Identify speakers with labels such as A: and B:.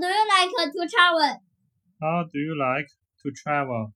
A: like to travel?
B: How do you like to travel?